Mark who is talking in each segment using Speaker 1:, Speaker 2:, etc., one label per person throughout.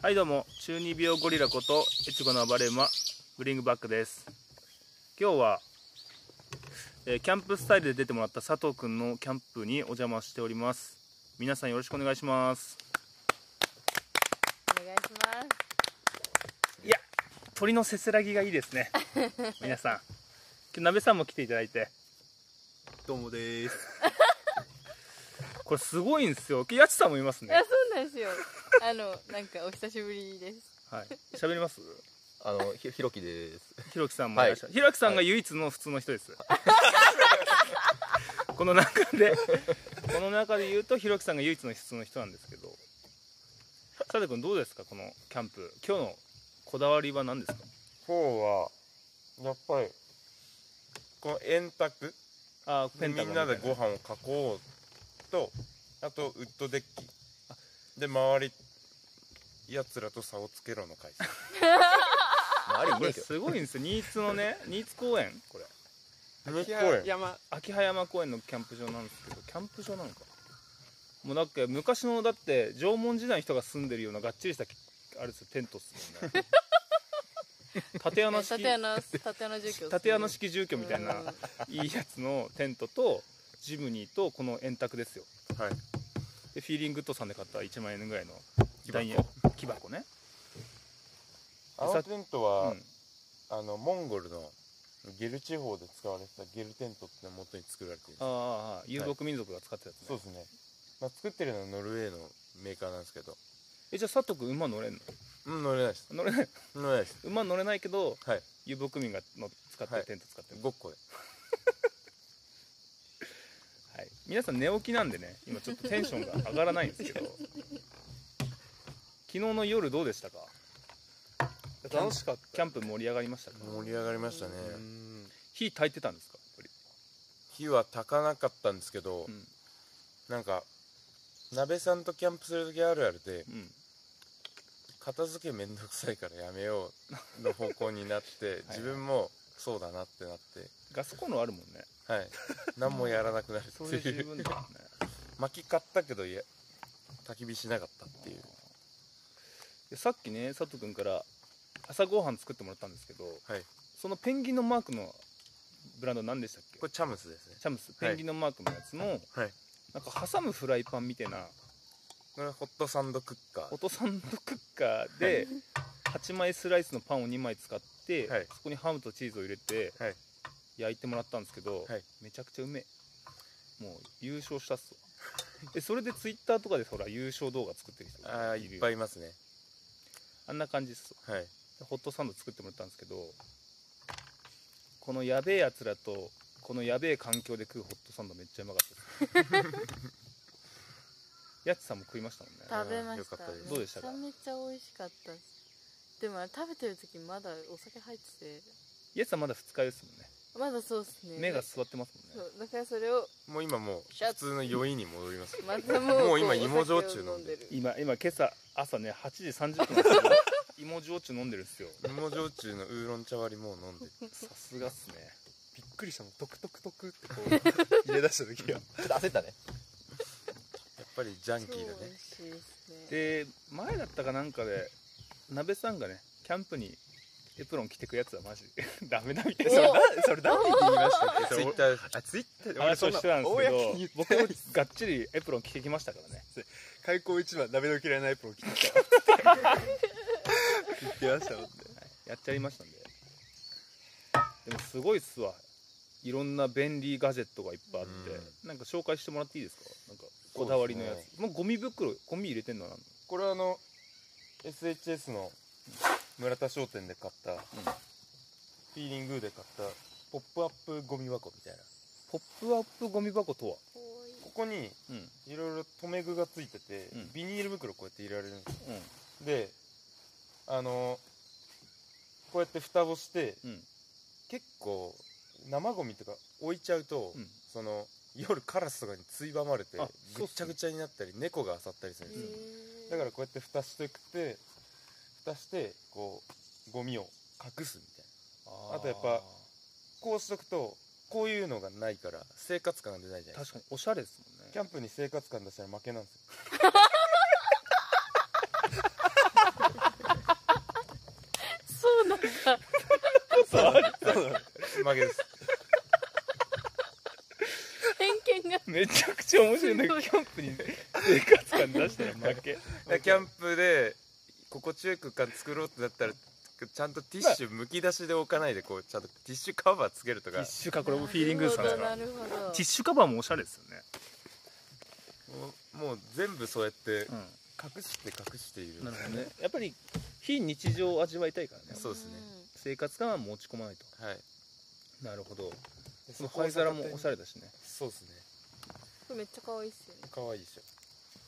Speaker 1: はいどうも中二病ゴリラこと越後の暴れ馬ブリングバックです今日は、えーキャンプスタイルで出てもらった佐藤くんのキャンプにお邪魔しております皆さんよろしくお願いします
Speaker 2: お願いします。
Speaker 1: いや鳥のせせらぎがいいですね 皆さん今日鍋さんも来ていただいて
Speaker 3: どうもです。
Speaker 1: これすごいんですよやつさんもいます
Speaker 2: い
Speaker 1: ね
Speaker 2: や、そうなんですよ。あの、なんかお久しぶりです。
Speaker 1: はい喋ります
Speaker 3: あの、ひ、ひろき です。
Speaker 1: ひろきさんもいらっしゃる、ひろきさんが唯一の普通の人です、 この中でこの中で言うとひろきさんが唯一の普通の人なんですけどさて君どうですかこのキャンプ今日のこだわりは何ですか
Speaker 4: 今日はやっぱりこの円卓
Speaker 1: あ
Speaker 4: でみ
Speaker 1: タゴ
Speaker 4: んなでご飯を囲おうとあとウッドデッキで周りやつらと差をつけろの会社
Speaker 3: まあ、ありいい
Speaker 1: これ
Speaker 3: ですよ。
Speaker 1: すごいんですよ新津のね新津公園これ
Speaker 4: 日光園
Speaker 3: 山。
Speaker 1: 秋葉山公園のキャンプ場なんですけどキャンプ場なのかもうだって昔のだって縄文時代の人が住んでるようながっちりしたあれですよテントっすもん ね縦穴式
Speaker 2: 縦穴、縦穴住居。
Speaker 1: 縦穴。式住居みたいな
Speaker 2: うん
Speaker 1: いいやつのテントとジムニーとこの円卓ですよ
Speaker 4: はい
Speaker 1: でフィーリングッドさんで買った1万円ぐらいの
Speaker 4: 木箱
Speaker 1: ダイヤの木箱ね
Speaker 4: あのテントは、
Speaker 1: うん
Speaker 4: あのモンゴルのゲル地方で使われてたゲルテントっての元に作られている
Speaker 1: ああああ遊牧民族が使ってたやつね、
Speaker 4: そうですね、まあ、作ってるのはノルウェーのメーカーなんですけど
Speaker 1: えじゃあ佐藤君馬乗れんの
Speaker 4: うん乗れないです
Speaker 1: 乗れない
Speaker 4: 乗れないです
Speaker 1: 馬乗れないけど
Speaker 4: はい
Speaker 1: 遊牧民がの使って
Speaker 4: は
Speaker 1: る
Speaker 4: い
Speaker 1: テント使ってる
Speaker 4: ごっこで
Speaker 1: はい、皆さん寝起きなんでね今ちょっとテンションが上がらないんですけど昨日の夜どうでしたか
Speaker 3: 楽しかった。
Speaker 1: キャンプ盛り上がりましたか
Speaker 4: 盛り上がりましたね
Speaker 3: うん
Speaker 1: 火焚いてたんですかやっ
Speaker 4: 火は炊かなかったんですけど、
Speaker 1: ぱり
Speaker 4: なんか鍋さんとキャンプする時あるあるで
Speaker 1: うんうん
Speaker 4: 片付けめんどくさいからやめようの方向になって 自分もそうだなってなっ
Speaker 1: ガスコンロあるもんね
Speaker 4: てはい何もやらなくな る
Speaker 1: それ
Speaker 4: って
Speaker 1: で
Speaker 4: い
Speaker 1: 十
Speaker 4: う
Speaker 1: 分だよね
Speaker 4: 薪買ったけどいや焚き火しなかったっていう
Speaker 1: で さっきね佐藤君から朝ごはん作ってもらったんですけど
Speaker 4: はい
Speaker 1: そのペンギンのマークのブランド何でしたっけ
Speaker 4: これチャムスですね
Speaker 1: チャムス
Speaker 4: はい
Speaker 1: ペンギンのマークのやつの、
Speaker 4: はい
Speaker 1: なんか挟むフライパンみたいな
Speaker 4: これホットサンドクッカ
Speaker 1: お父さんのクッカーで8枚スライスのパンを2枚使って、
Speaker 4: はい
Speaker 1: そこにハムとチーズを入れて
Speaker 4: はい
Speaker 1: 焼いてもらったんですけど、
Speaker 4: はい
Speaker 1: めちゃくちゃうめえもう優勝したっすわでそれでツイッターとかでほら優勝動画作ってる人
Speaker 4: ーああ
Speaker 1: るよ
Speaker 4: いっぱいいますね
Speaker 1: あんな感じです
Speaker 4: はい
Speaker 1: でホットサンド作ってもらったんですけどこのやべえやつらとこのやべえ環境で食うホットサンドめっちゃうまかったですやつさんも食いましたもんね
Speaker 2: 食べま
Speaker 4: よ
Speaker 2: し
Speaker 4: か
Speaker 2: た。
Speaker 4: ったです
Speaker 1: どうでしたか
Speaker 2: めちゃめちゃ美味しかったです。でも、食べてる時、まだお酒入ってて。
Speaker 1: やつさんまだ2日ですもんね
Speaker 2: まだそうですね。
Speaker 1: 目が座ってますもんね
Speaker 2: そう、だから、それを、
Speaker 4: もう今もう普通の酔いに戻ります
Speaker 2: またもう。
Speaker 4: もう今
Speaker 2: こお酒
Speaker 4: 芋焼酎飲んでる
Speaker 2: を
Speaker 1: 今今今朝朝ね8時30分なんです けど芋焼酎飲んでるんですよ
Speaker 4: 芋焼酎のウーロン茶割りもう飲んで
Speaker 1: さすがっすね
Speaker 3: びっくりしたの。トクトクトクってこ う、入れ出した時は。ちょっと焦ったね。
Speaker 4: やっぱりジャンキ
Speaker 2: 超
Speaker 4: ー
Speaker 2: 美
Speaker 4: だね
Speaker 2: 味しいですね。
Speaker 1: で前だったかなんかで鍋さんがねキャンプにエプロン着てくやつはマジ ダメだみたい
Speaker 3: それ
Speaker 1: な
Speaker 3: な、それなんで言いましたっけ
Speaker 4: ツイッ
Speaker 3: そ
Speaker 4: ターです
Speaker 3: うあ、ツイッターで俺
Speaker 1: 話
Speaker 3: そ
Speaker 1: を
Speaker 3: んな
Speaker 1: してたんですけど
Speaker 3: 公に言って
Speaker 1: 僕もがっちりエプロン着てきましたからね
Speaker 3: 開口一番、鍋の嫌いなエプロン着てきた。言ってましたもんね。
Speaker 1: やっちゃいましたんででもすごいっすわいろんな便利ガジェットがいっぱいあって、なんか紹介してもらっていいですかなんかこだわりのや
Speaker 4: そうで
Speaker 1: つ、もうゴミ袋ゴミ入れてんのは何なの
Speaker 4: これはあの SHS の村田商店で買った、フィーリングで買ったポップアップゴミ箱みたいな
Speaker 1: ポップアップゴミ箱とは、
Speaker 2: 可愛い
Speaker 4: ここに
Speaker 1: うん
Speaker 4: いろいろ留め具がついてて、
Speaker 1: うん
Speaker 4: ビニール袋こうやって入れられるんですよであのこうやって蓋をして
Speaker 1: うんうん
Speaker 4: 結構生ゴミとか置いちゃうと、
Speaker 1: うん
Speaker 4: その夜カラスとかについばまれて
Speaker 1: あ
Speaker 4: ぐっちゃぐちゃになったり猫が漁ったりするんですよ、
Speaker 2: へー
Speaker 4: だからこうやって蓋してくて蓋してこうゴミを隠すみたいな
Speaker 1: あ
Speaker 4: あとやっぱこうしとくと
Speaker 5: こういうのがないから生活感が出ないじゃないですか
Speaker 1: 確かにおしゃれですもんね
Speaker 5: キャンプに生活感出したら負けなんですよ
Speaker 2: そうなんだ
Speaker 5: 負け です
Speaker 2: 偏見が
Speaker 1: めちゃくちゃ面白いんだけどキャンプに生活感出したら負け
Speaker 4: でキャンプで心地よい空間作ろうってなったらちゃんとティッシュむき出しで置かないでこうちゃんとティッシュカバーつけると
Speaker 1: ティ
Speaker 4: か
Speaker 1: ッシュかこれもフィーリングさんですから
Speaker 2: な
Speaker 1: テ
Speaker 2: るほどなるほど
Speaker 1: ィッシュカバーもおしゃれですよね
Speaker 4: もうもう全部そうやって
Speaker 1: う
Speaker 4: 隠して隠している
Speaker 1: なるほどねやっぱり非日常を味わいたいからね
Speaker 4: そうですね
Speaker 1: 生活感は持ち込まないと
Speaker 4: はい
Speaker 1: なるほど
Speaker 5: で
Speaker 1: その灰皿もおしゃれだしね
Speaker 5: そうですね
Speaker 2: これめっちゃ可愛いっすよね
Speaker 5: 可愛いでしょ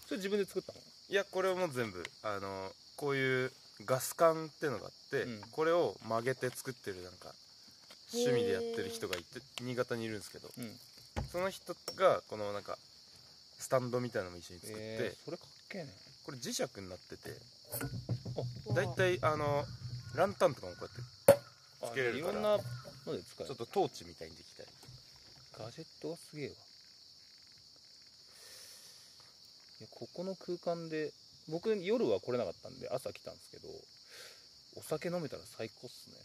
Speaker 1: それ自分で作ったの
Speaker 4: いやこれも全部あのこういうガス管ってのがあって、
Speaker 1: うん
Speaker 4: これを曲げて作ってるなんか
Speaker 2: へー
Speaker 4: 趣味でやってる人がいて新潟にいるんですけど
Speaker 1: うん
Speaker 4: その人がこのなんかスタンドみたいなのも一緒に作って、
Speaker 1: えーそれかっけえね
Speaker 4: これ磁石になってて
Speaker 2: わあ
Speaker 4: 大体あのランタンとかもこうやって
Speaker 1: あ
Speaker 4: つけれるから
Speaker 1: いろんなので使え
Speaker 4: ちょっ
Speaker 1: る
Speaker 4: とトーチみたいにできたり
Speaker 1: ガジェットがすげえわいやここの空間で僕夜は来れなかったんで朝来たんですけどお酒飲めたら最高っすね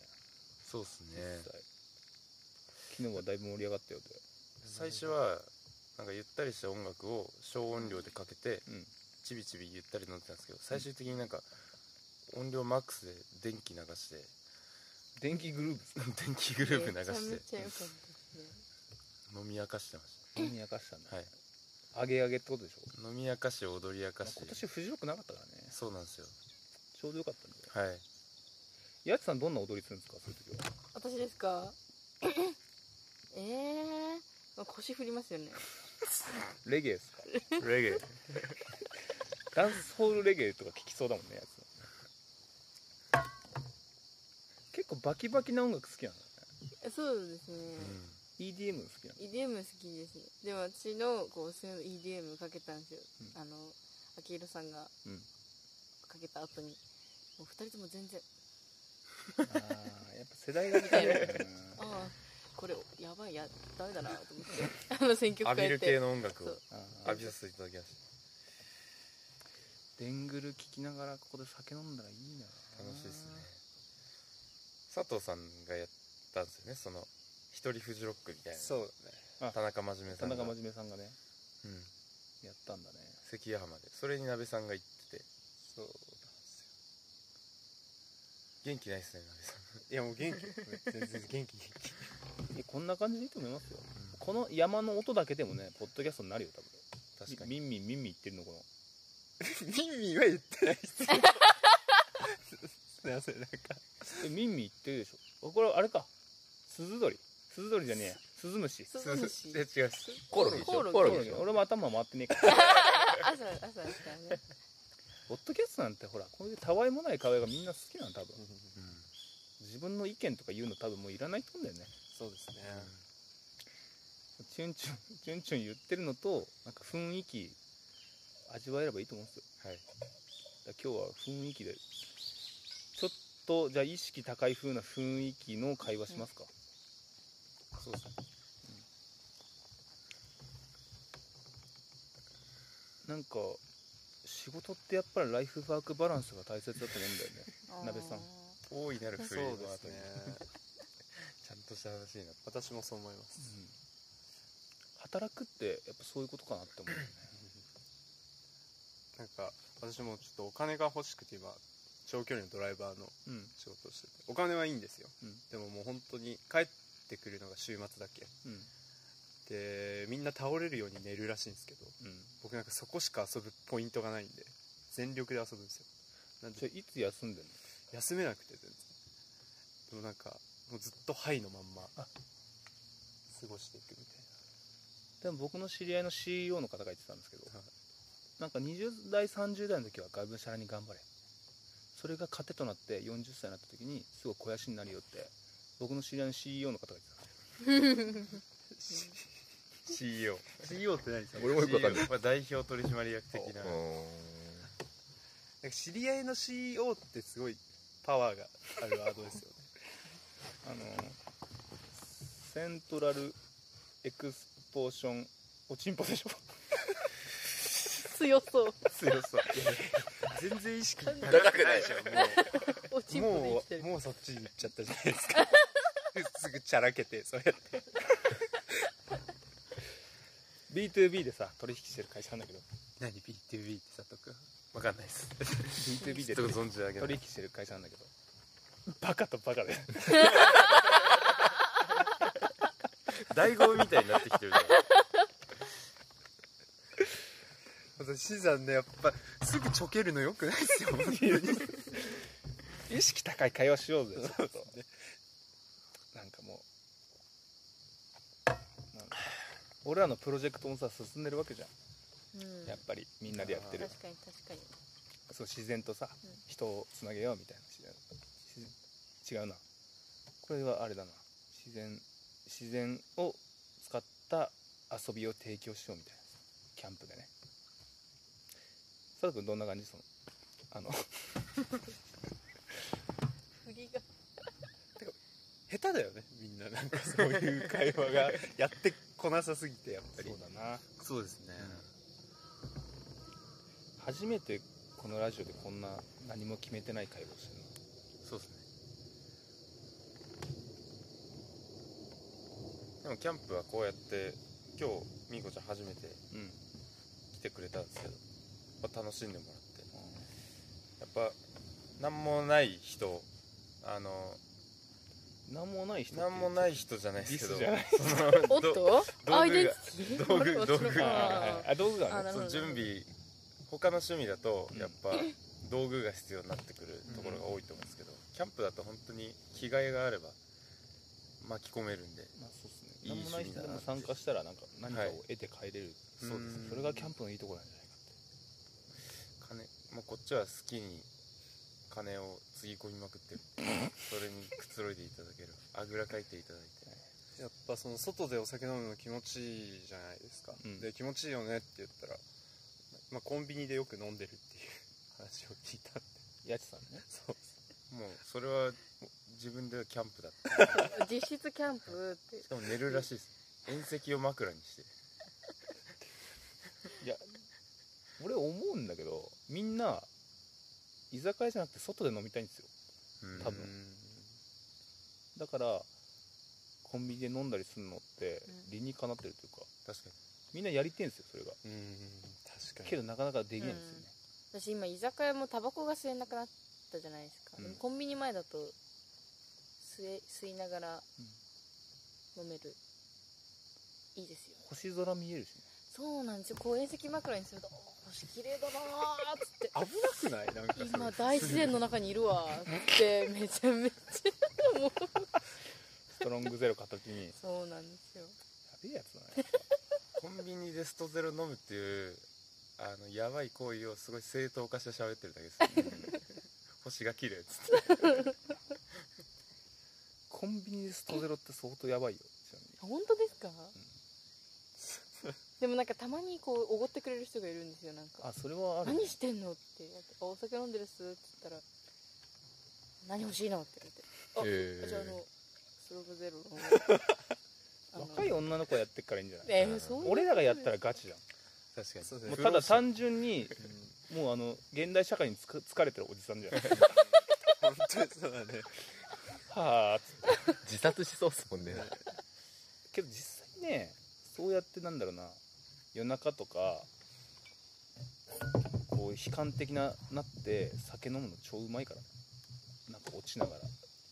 Speaker 4: そうですね
Speaker 1: 実際昨日はだいぶ盛り上がったようで
Speaker 4: 最初はなんかゆったりした音楽を小音量でかけて
Speaker 1: うん
Speaker 4: ちびちびゆったり飲んでたんですけど最終的になんか音量マックスで電気流して
Speaker 1: 電気グループ
Speaker 4: 電気グループ流し
Speaker 2: め
Speaker 4: て
Speaker 2: ちゃめちゃ良かったですね
Speaker 4: 飲み明かしてまし
Speaker 1: 飲み明かしたんだ
Speaker 4: たはい
Speaker 1: 揚げ揚げってことでしょ、
Speaker 4: 飲み明かし踊り明か
Speaker 1: まあ
Speaker 4: し
Speaker 1: 今年フジロックなかったからね
Speaker 4: そうなんですよ
Speaker 1: ちょうどよかったんで
Speaker 4: はい
Speaker 1: やつさんどんな踊りするんですかそういう時は
Speaker 2: 私ですかええまあ、腰振りますよね
Speaker 1: レゲエですか
Speaker 4: レゲエ
Speaker 1: ダンスホールレゲエとか聴きそうだもんねやつ結構バキバキな音楽好きなのね
Speaker 2: そうですね、
Speaker 1: EDM 好きなの
Speaker 2: EDM 好きですねでも私のこうおすすめの EDM かけたんですよ、あのあきひろさんが
Speaker 1: うん
Speaker 2: かけた後にもう2人とも全然
Speaker 1: ああやっぱ世代が似てる
Speaker 2: ああこれやばいやダメだなと思ってあの選曲
Speaker 4: 浴び
Speaker 2: 変え
Speaker 4: る系
Speaker 2: て
Speaker 4: の音楽を
Speaker 2: そう
Speaker 1: あー
Speaker 4: 浴びさせていただきました
Speaker 1: デングル聴きながらここで酒飲んだらいいな
Speaker 4: 楽しいですね佐藤さんがやったんですよねその一人フジロックみたいな
Speaker 3: そうだね
Speaker 4: 田中真面目
Speaker 1: 田
Speaker 4: さんが
Speaker 1: 中真面目さんがね
Speaker 4: うん
Speaker 1: やったんだね
Speaker 4: 関ヶ浜でそれに鍋さんが行ってて
Speaker 3: そうなんです
Speaker 4: 元気ないっすね鍋さん
Speaker 3: よいやもう元気全然元気元気
Speaker 1: いやこんな感じでいいと思いますよ、この山の音だけでもねポッドキャストになるよ多分
Speaker 4: 確かに
Speaker 1: ミンミンミンミン言ってるのこの
Speaker 3: ミンミンは言ってないっ すすいませんなんか
Speaker 1: えミンミン言ってるでしょあこれあれかスズドリスズドリじゃねえやスズムシ
Speaker 2: そうそうそう
Speaker 4: え違う
Speaker 2: コオロギでしょコオロギコオロギでしょ
Speaker 1: 俺も頭回ってねえから
Speaker 2: 朝朝ですからね
Speaker 1: ポッドキャストなんてほらこういうたわいもない会話がみんな好きなの多分自分の意見とか言うの多分もういらないと思うんだよね
Speaker 3: そうですね
Speaker 1: チュンチュンチュンチュン言ってるのとなんか雰囲気味わえればいいと思うんですよ
Speaker 4: はい
Speaker 1: だから今日は雰囲気でちょっとじゃあ意識高い風な雰囲気の会話しますか、
Speaker 4: そうですね
Speaker 1: なんか仕事ってやっぱりライフワークバランスが大切だと思うん だよね鍋さん
Speaker 2: あー
Speaker 4: 大いなる
Speaker 3: そう
Speaker 4: 不
Speaker 3: で
Speaker 4: 意
Speaker 3: すね
Speaker 4: ちゃんとした話になっ
Speaker 3: 私もそう思います
Speaker 1: うん働くってやっぱそういうことかなって思うよね
Speaker 3: なんか私もちょっとお金が欲しくて今長距離のドライバーの
Speaker 1: うん
Speaker 3: 仕事をしててお金はいいんですよ、
Speaker 1: うん
Speaker 3: でももう本当に帰ってくるのが週末だけ
Speaker 1: うん
Speaker 3: でみんな倒れるように寝るらしいんですけど
Speaker 1: うん
Speaker 3: 僕なんかそこしか遊ぶポイントがないんで全力で遊ぶんですよなん
Speaker 1: じ
Speaker 3: で
Speaker 1: ゃあいつ休んでんの
Speaker 3: 休めなくて全然でもなんかもうずっとハイのまんま過
Speaker 1: あ
Speaker 3: ごしていくみたいな
Speaker 1: でも僕の知り合いの CEO の方が言ってたんですけど、
Speaker 3: はい
Speaker 1: なんか20代30代の時はがむしゃらに頑張れそれが糧となって40歳になった時にすごい肥やしになるよって僕の知り合いの CEO の方が言ってたんですよ
Speaker 4: た CEO
Speaker 3: CEO って何ですか
Speaker 6: 俺もよくわかんない
Speaker 4: CEO まあ代表取締役的な
Speaker 3: なんか知り合いの CEO ってすごいパワーがあるワードですよね
Speaker 1: あのセントラルエクスポーションおちんぽでしょ
Speaker 2: 強そう
Speaker 7: 強そう
Speaker 3: 全然意識
Speaker 2: 高
Speaker 7: 高くないでしょもう
Speaker 2: おちんぽで生きて
Speaker 3: も
Speaker 2: る
Speaker 3: うもうそっち行っちゃったじゃないですかすぐちゃらけてそうやって
Speaker 1: B2B でさ取引してる会社なんだけど
Speaker 7: 何 B2B って佐藤君わかんないです
Speaker 1: B2B
Speaker 7: ちょっと
Speaker 1: で
Speaker 7: 存じ上げな
Speaker 1: 取
Speaker 7: い
Speaker 1: 引してる会社なんだけどバカとバカで
Speaker 7: 大号みたいになってきてるじゃん
Speaker 3: 私さんねやっぱすぐちょけるのよくないですよ本当に
Speaker 1: 意識高い会話しようぜちょっとなんかもうなんか俺らのプロジェクトもさ進んでるわけじゃん
Speaker 2: うん
Speaker 1: やっぱりみんなでやってる
Speaker 2: 確かに確かに
Speaker 1: そう自然とさ、
Speaker 2: うん
Speaker 1: 人をつなげようみたいな自然自然違うなこれはあれだな自然自然を使った遊びを提供しようみたいなキャンプでね佐藤君どんな感じそのあの
Speaker 2: 振りが
Speaker 3: 下手だよねみんななんかそういう会話 がやってこなさすぎてやっぱり
Speaker 1: そうだな
Speaker 7: そうですね
Speaker 1: 初めてこのラジオでこんな何も決めてない会話をしてるの
Speaker 7: そうですね
Speaker 4: でもキャンプはこうやって今日みーこちゃん初めて
Speaker 1: うん
Speaker 4: 来てくれたんですけどやっぱ楽しんでもらってやっぱ何もない人あの
Speaker 1: 何もない人っていう
Speaker 4: 何もない人じゃないですけ
Speaker 1: ディ
Speaker 4: ど
Speaker 1: スじゃない
Speaker 2: おっ
Speaker 4: ど
Speaker 2: と
Speaker 4: 具が
Speaker 2: アイデンティティ
Speaker 4: 道
Speaker 2: あ
Speaker 4: 具
Speaker 2: れこっちの
Speaker 4: 道具
Speaker 1: あ
Speaker 4: が
Speaker 1: はいはい
Speaker 2: あ
Speaker 1: あ道具が
Speaker 2: あ
Speaker 1: ね
Speaker 2: なる
Speaker 4: そ
Speaker 2: ほ
Speaker 4: の
Speaker 2: ど
Speaker 4: 準備他の趣味だと
Speaker 1: うん
Speaker 4: やっ ぱ道具が必要になってくるところが多いと思うんですけど、キャンプだと本当に着替えがあれば巻き込めるんで
Speaker 1: まあそうですね
Speaker 4: いい
Speaker 1: 何もない人でも参加したらなんか何かを得て帰れる、
Speaker 4: そうですね
Speaker 1: それがキャンプのいいところなんじゃないかって
Speaker 4: 金、まあ、こっちは好きに金をつぎ込みまく ってるそれにくつろいでいただけるあぐらかいていただいて
Speaker 3: やっぱその外でお酒飲むの気持ちいいじゃないですか、
Speaker 1: うん
Speaker 3: で気持ちいいよねって言ったら、まあ、コンビニでよく飲んでるっていう話を聞いたんで
Speaker 1: や ちさんね
Speaker 3: そう
Speaker 4: もうそれはもう自分ではキャンプだって
Speaker 2: 実質キャンプって
Speaker 4: しかも寝るらしいです遠石を枕にして
Speaker 1: いや俺思うんだけどみんな居酒屋じゃなくて外で飲みたいんですよ
Speaker 4: うん
Speaker 1: 多分だからコンビニで飲んだりするのって
Speaker 2: うん
Speaker 1: 理にかなってるというか
Speaker 4: 確かに
Speaker 1: みんなやりてんすよそれが
Speaker 3: うん確かに
Speaker 1: けどなかなかできないんですよね、
Speaker 2: 私今居酒屋もタバコが吸えなくなったじゃないですか、
Speaker 1: うん
Speaker 2: でもコンビニ前だと吸え吸いながら飲める、いいですよ
Speaker 1: 星空見えるしね
Speaker 2: そうなんですよ公園席枕にすると「おー星綺麗だな」っつって
Speaker 3: 危なくないなんか
Speaker 2: 「今大自然の中にいるわ」ってめちゃめちゃもう
Speaker 1: ストロングゼロ片手にや
Speaker 2: そうなんですよ
Speaker 1: べえやつだね
Speaker 4: コンビニでストゼロ飲むっていうあのやばい行為をすごい正当化して喋ってるだけです、星が綺麗っつって
Speaker 1: コンビニでストゼロって相当やばいよちなみに
Speaker 2: 本当ですか、でもなんかたまにこうおごってくれる人がいるんですよなんか
Speaker 1: あそれはある
Speaker 2: 何してんのって言われてあお酒飲んでるっすって言ったら何欲しいのって言われてあ、じゃああのスロープゼロの あの
Speaker 1: 若い女の子やってっからいいんじゃない
Speaker 2: えーそういう
Speaker 1: 俺らがやったらガチじゃん
Speaker 4: 確かに
Speaker 3: そう
Speaker 1: もう
Speaker 3: ですね
Speaker 1: ただ単純にもうあの現代社会につく疲れてるおじさんじゃん
Speaker 3: 本当にそうだね
Speaker 1: はあっつって
Speaker 7: 自殺しそうっすもんね
Speaker 1: けど実際ねそうやってなんだろうな夜中とかこう悲観的ななって酒飲むの超うまいからなんか落ちながら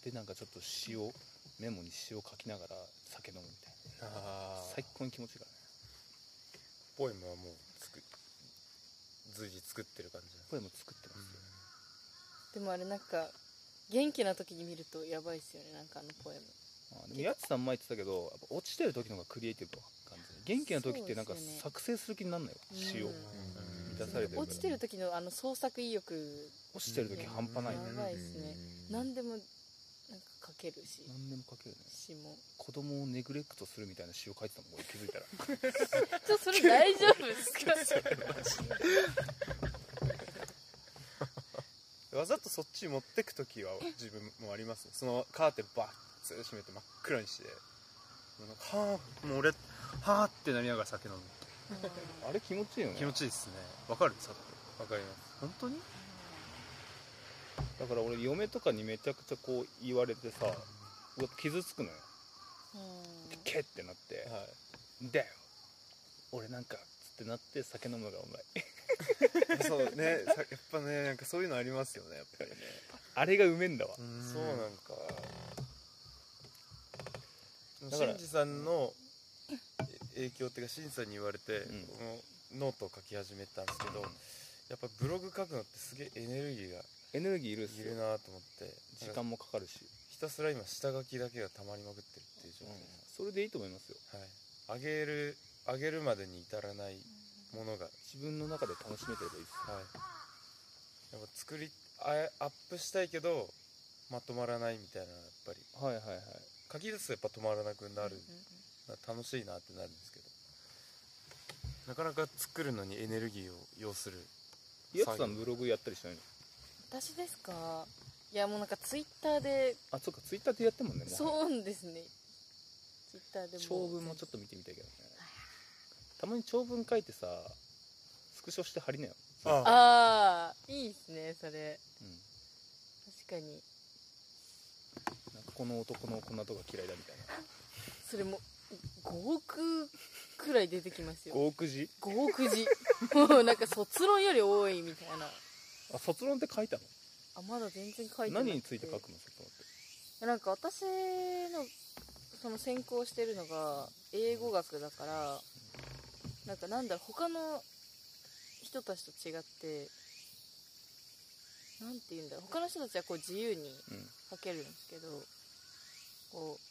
Speaker 1: でなんかちょっと塩メモに塩書きながら酒飲むみたいな
Speaker 3: あ
Speaker 1: 最高に気持ちいいからね
Speaker 4: ポエムはもうつく随時作ってる感じなんです
Speaker 1: これも作ってますよ
Speaker 2: でもあれなんか元気な時に見るとやばいっすよねなんかあのポエム
Speaker 1: あーでもやつさん前言ってたけどやっぱ落ちてる時の方がクリエイティブな感じで元気な時ってなんか
Speaker 2: そうですよね
Speaker 1: 作成する気になんないわ詩を
Speaker 2: うん
Speaker 1: 満たされてるから
Speaker 2: 落ちてる時のあの創作意欲
Speaker 1: 落ちてる時半端ないね
Speaker 2: やばいっすね何でもなんか書けるし
Speaker 1: 何でも書けるね
Speaker 2: 詩も
Speaker 1: 子供をネグレクトするみたいな詩を書いてたもん俺気づいたら
Speaker 2: ちょっとそれ大丈夫ですか
Speaker 3: わざとそっち持ってく時は自分もありますねそのカーテンバッて閉めて真っ暗にしてもうなんかはあもう俺
Speaker 8: はーってなりながら酒飲む
Speaker 1: あれ気持ちいいよね
Speaker 8: 気持ちいいですねわかる佐藤
Speaker 4: わかります
Speaker 8: 本当に
Speaker 1: だから俺嫁とかにめちゃくちゃこう言われてさうわ傷つくのよケッてなって
Speaker 4: は
Speaker 1: 「
Speaker 4: い
Speaker 1: だよ俺なんか」つってなって酒飲むのがうまい
Speaker 3: そうねさやっぱねなんかそういうのありますよねやっぱりね
Speaker 1: あれがうめえんだわ
Speaker 4: そうなんか
Speaker 1: だから
Speaker 4: 新次さんの影響っていうか新次さんに言われて、
Speaker 1: ん
Speaker 4: このノートを書き始めたんですけど、やっぱブログ書くのってすげえエネルギーが
Speaker 1: エネルギーいるっ
Speaker 4: い
Speaker 1: す
Speaker 4: る
Speaker 1: よ
Speaker 4: なと思って
Speaker 1: 時間もかかるし、
Speaker 4: ひたすら今下書きだけが溜まりまくってるっていう状態、
Speaker 1: それでいいと思いますよ
Speaker 4: はい、上げる上げるまでに至らないものが、はい、
Speaker 1: 自分の中で楽しめてればいいっす
Speaker 4: やっぱ作りあアップしたいけどまとまらないみたいなのがやっぱり
Speaker 1: はいはいはい
Speaker 4: 書き出すとやっぱ止まらなくなる、
Speaker 2: う
Speaker 4: な楽しいなってなるんですけどなかなか作るのにエネルギーを要する
Speaker 1: やつさんブログやったりしないの
Speaker 2: ん私ですかいやもうなんかツイッターで
Speaker 1: あそうかツイッターでやってんもんねもはや
Speaker 2: そうですねツイッターでも
Speaker 1: 長文もちょっと見てみたいけどねたまに長文書いてさスクショして貼りなよ、
Speaker 2: ああいいですねそれ
Speaker 1: うん、
Speaker 2: 確かに
Speaker 1: なんかこの男のこんなとこが嫌いだみたいな
Speaker 2: それも5億くらい出てきますよ
Speaker 1: 5億字
Speaker 2: 5億字 もうなんか卒論より多いみたいな
Speaker 1: あ卒論って書いたの
Speaker 2: あまだ全然書いてなく
Speaker 1: 何について書くの卒論って
Speaker 2: なんか私のその専攻してるのが英語学だからなんかなんだろう他の人たちと違ってなんて言うんだろう他の人たちはこう自由に
Speaker 1: うん
Speaker 2: 書けるんですけどこう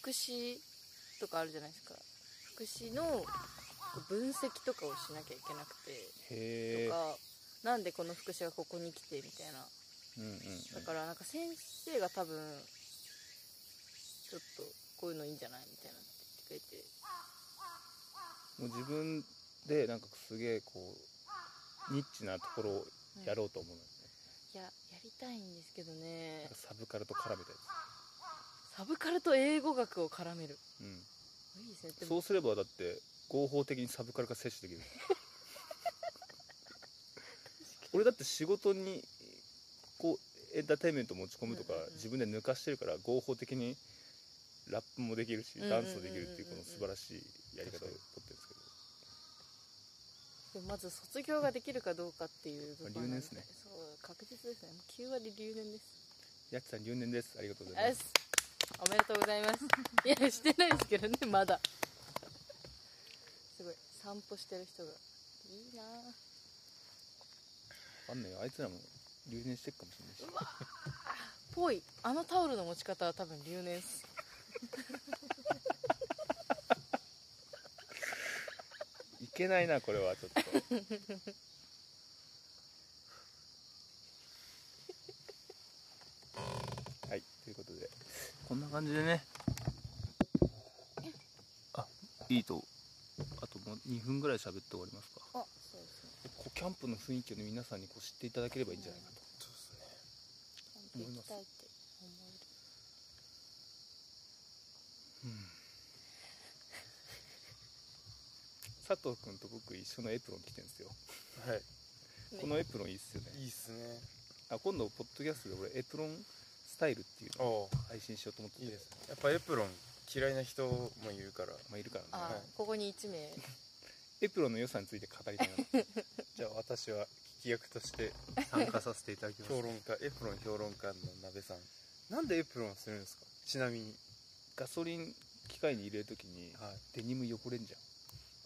Speaker 2: 副詞とかあるじゃないですか副詞のこう分析とかをしなきゃいけなくて
Speaker 1: へえ
Speaker 2: とかなんでこの副詞がここに来てみたいな
Speaker 1: うんうんうん
Speaker 2: だからなんか先生が多分ちょっとこういうのいいんじゃないみたいなって言ってくれて
Speaker 1: もう自分でなんかすげえこうニッチなところをやろうと思うのよね、
Speaker 2: いややりたいんですけどね
Speaker 1: なんかサブカルと絡めたや
Speaker 2: サブカルと英語学を絡める
Speaker 1: つ、うん、
Speaker 2: いいですねで
Speaker 1: そ
Speaker 2: も
Speaker 1: うすればだって合法的にサブカルが摂取できる俺だって仕事にこうエンターテインメント持ち込むとか、
Speaker 2: うんうんうん
Speaker 1: 自分で抜かしてるから合法的にラップもできるし、
Speaker 2: うんうんうん
Speaker 1: ダ
Speaker 2: うんう
Speaker 1: ン
Speaker 2: ん
Speaker 1: スもできるっていうこの素晴らしいやり方を取ってるんですけど
Speaker 2: でもまず卒業ができるかどうかっていう部分なん
Speaker 1: 留年ですね
Speaker 2: そう確実ですねもう9割留年です
Speaker 1: やつさん留年ですありがとうござい
Speaker 2: よ
Speaker 1: ます
Speaker 2: しおめでとうございますいやしてないですけどねまだすごい散歩してる人がいいなぁ
Speaker 1: わかんないよあいつらも留年してっかもしれないし
Speaker 2: ぽいあのタオルの持ち方は多分留年っす
Speaker 1: いけないなこれはちょっ とはいということでこんな感じでねあいいとあともう2分ぐらい喋って終わりますか
Speaker 2: あそうですね
Speaker 1: こうキャンプの雰囲気をね皆さんにこう知っていただければいいんじゃないかと
Speaker 2: キャンプ行きたいって思える
Speaker 1: 佐藤君と僕一緒のエプロン着てるんですよ
Speaker 4: はい
Speaker 1: このエプロンいいっすよね
Speaker 4: いいっすね
Speaker 1: あ今度ポッドキャストで俺エプロンスタイルっていうのを
Speaker 4: おう
Speaker 1: 配信しようと思ってて
Speaker 4: いいですねやっぱエプロン嫌いな人もいるから
Speaker 1: まあいるからね
Speaker 2: あ、
Speaker 4: はい
Speaker 2: ここに1名
Speaker 1: エプロンの良さについて語りたいな
Speaker 3: じゃあ私は聞き役として
Speaker 8: 参加させていただきま す
Speaker 4: 評論家エプロン評論家の鍋さん
Speaker 3: なんでエプロンするんですかちなみに
Speaker 1: ガソリン機械に入れるときに
Speaker 3: はい
Speaker 1: デニム汚れんじ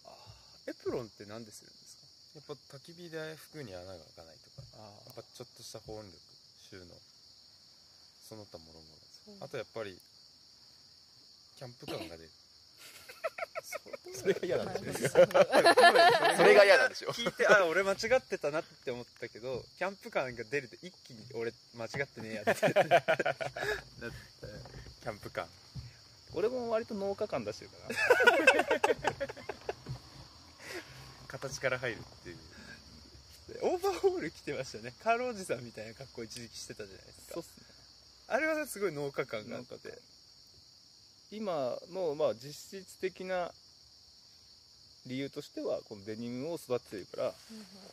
Speaker 3: あーエプロンってなんでするんです
Speaker 4: やっぱ焚き火で服に穴が開かないとか
Speaker 3: かあ
Speaker 4: やっぱちょっとした保温力収納その他もろも
Speaker 2: そう
Speaker 4: ろあとやっぱりキャンプ感が出る
Speaker 1: ゃん それが嫌なんですよ
Speaker 3: ー
Speaker 7: それが嫌なんでしょ
Speaker 3: 聞いてあ俺間違ってたなって思ったけどキャンプ感が出ると一気に俺間違ってねえやって
Speaker 4: キャンプ感
Speaker 1: 俺も割と農家感出してるから
Speaker 4: 形から入るっていう
Speaker 3: オーバーホール着てましたねカールおじさんみたいな格好一時期してたじゃないです
Speaker 1: そうっす
Speaker 3: かあれはすごい農家感
Speaker 1: ね
Speaker 3: があ
Speaker 1: 農
Speaker 3: っ
Speaker 1: 家
Speaker 3: て
Speaker 1: 感今のまあ実質的な理由としてはこのデニムを育ててるから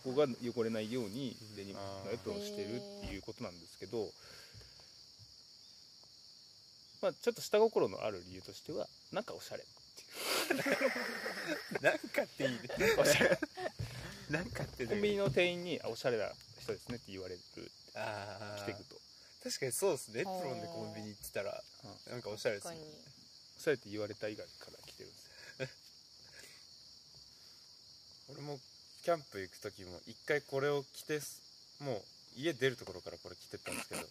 Speaker 1: ここが汚れないようにデニムのエプロンをしてるっていうことなんですけど、まあ、ちょっと下心のある理由としてはなんかお しゃれ
Speaker 3: なんかっていいね
Speaker 1: おしゃれ
Speaker 3: なんかって
Speaker 1: コ
Speaker 3: ね
Speaker 1: ンビニの店員にあ「おしゃれな人ですね」って言われる
Speaker 3: ああ
Speaker 1: 着ていくと
Speaker 3: 確かにそうですねエプロンでコンビニ行ってたらなんかおしゃれです
Speaker 2: 確か
Speaker 3: ね
Speaker 2: に
Speaker 1: おしゃれって言われた以外から来てるんですよ
Speaker 4: 俺もキャンプ行く時も一回これを着てすもう家出るところからこれ着てったんですけ ど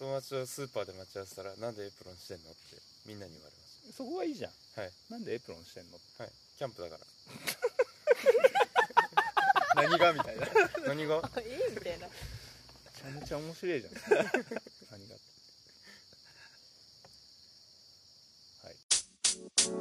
Speaker 4: 友達とスーパーで待ち合わせたらなんでエプロンしてんのってみんなに言われまし
Speaker 1: そこはいいじゃん
Speaker 4: たはい
Speaker 1: なんでエプロンして んの
Speaker 4: はいキャンプだか ら
Speaker 3: 何がみたいな
Speaker 4: 何が
Speaker 2: あ えみたいな
Speaker 1: めちゃめちゃ面白いじゃん何がはい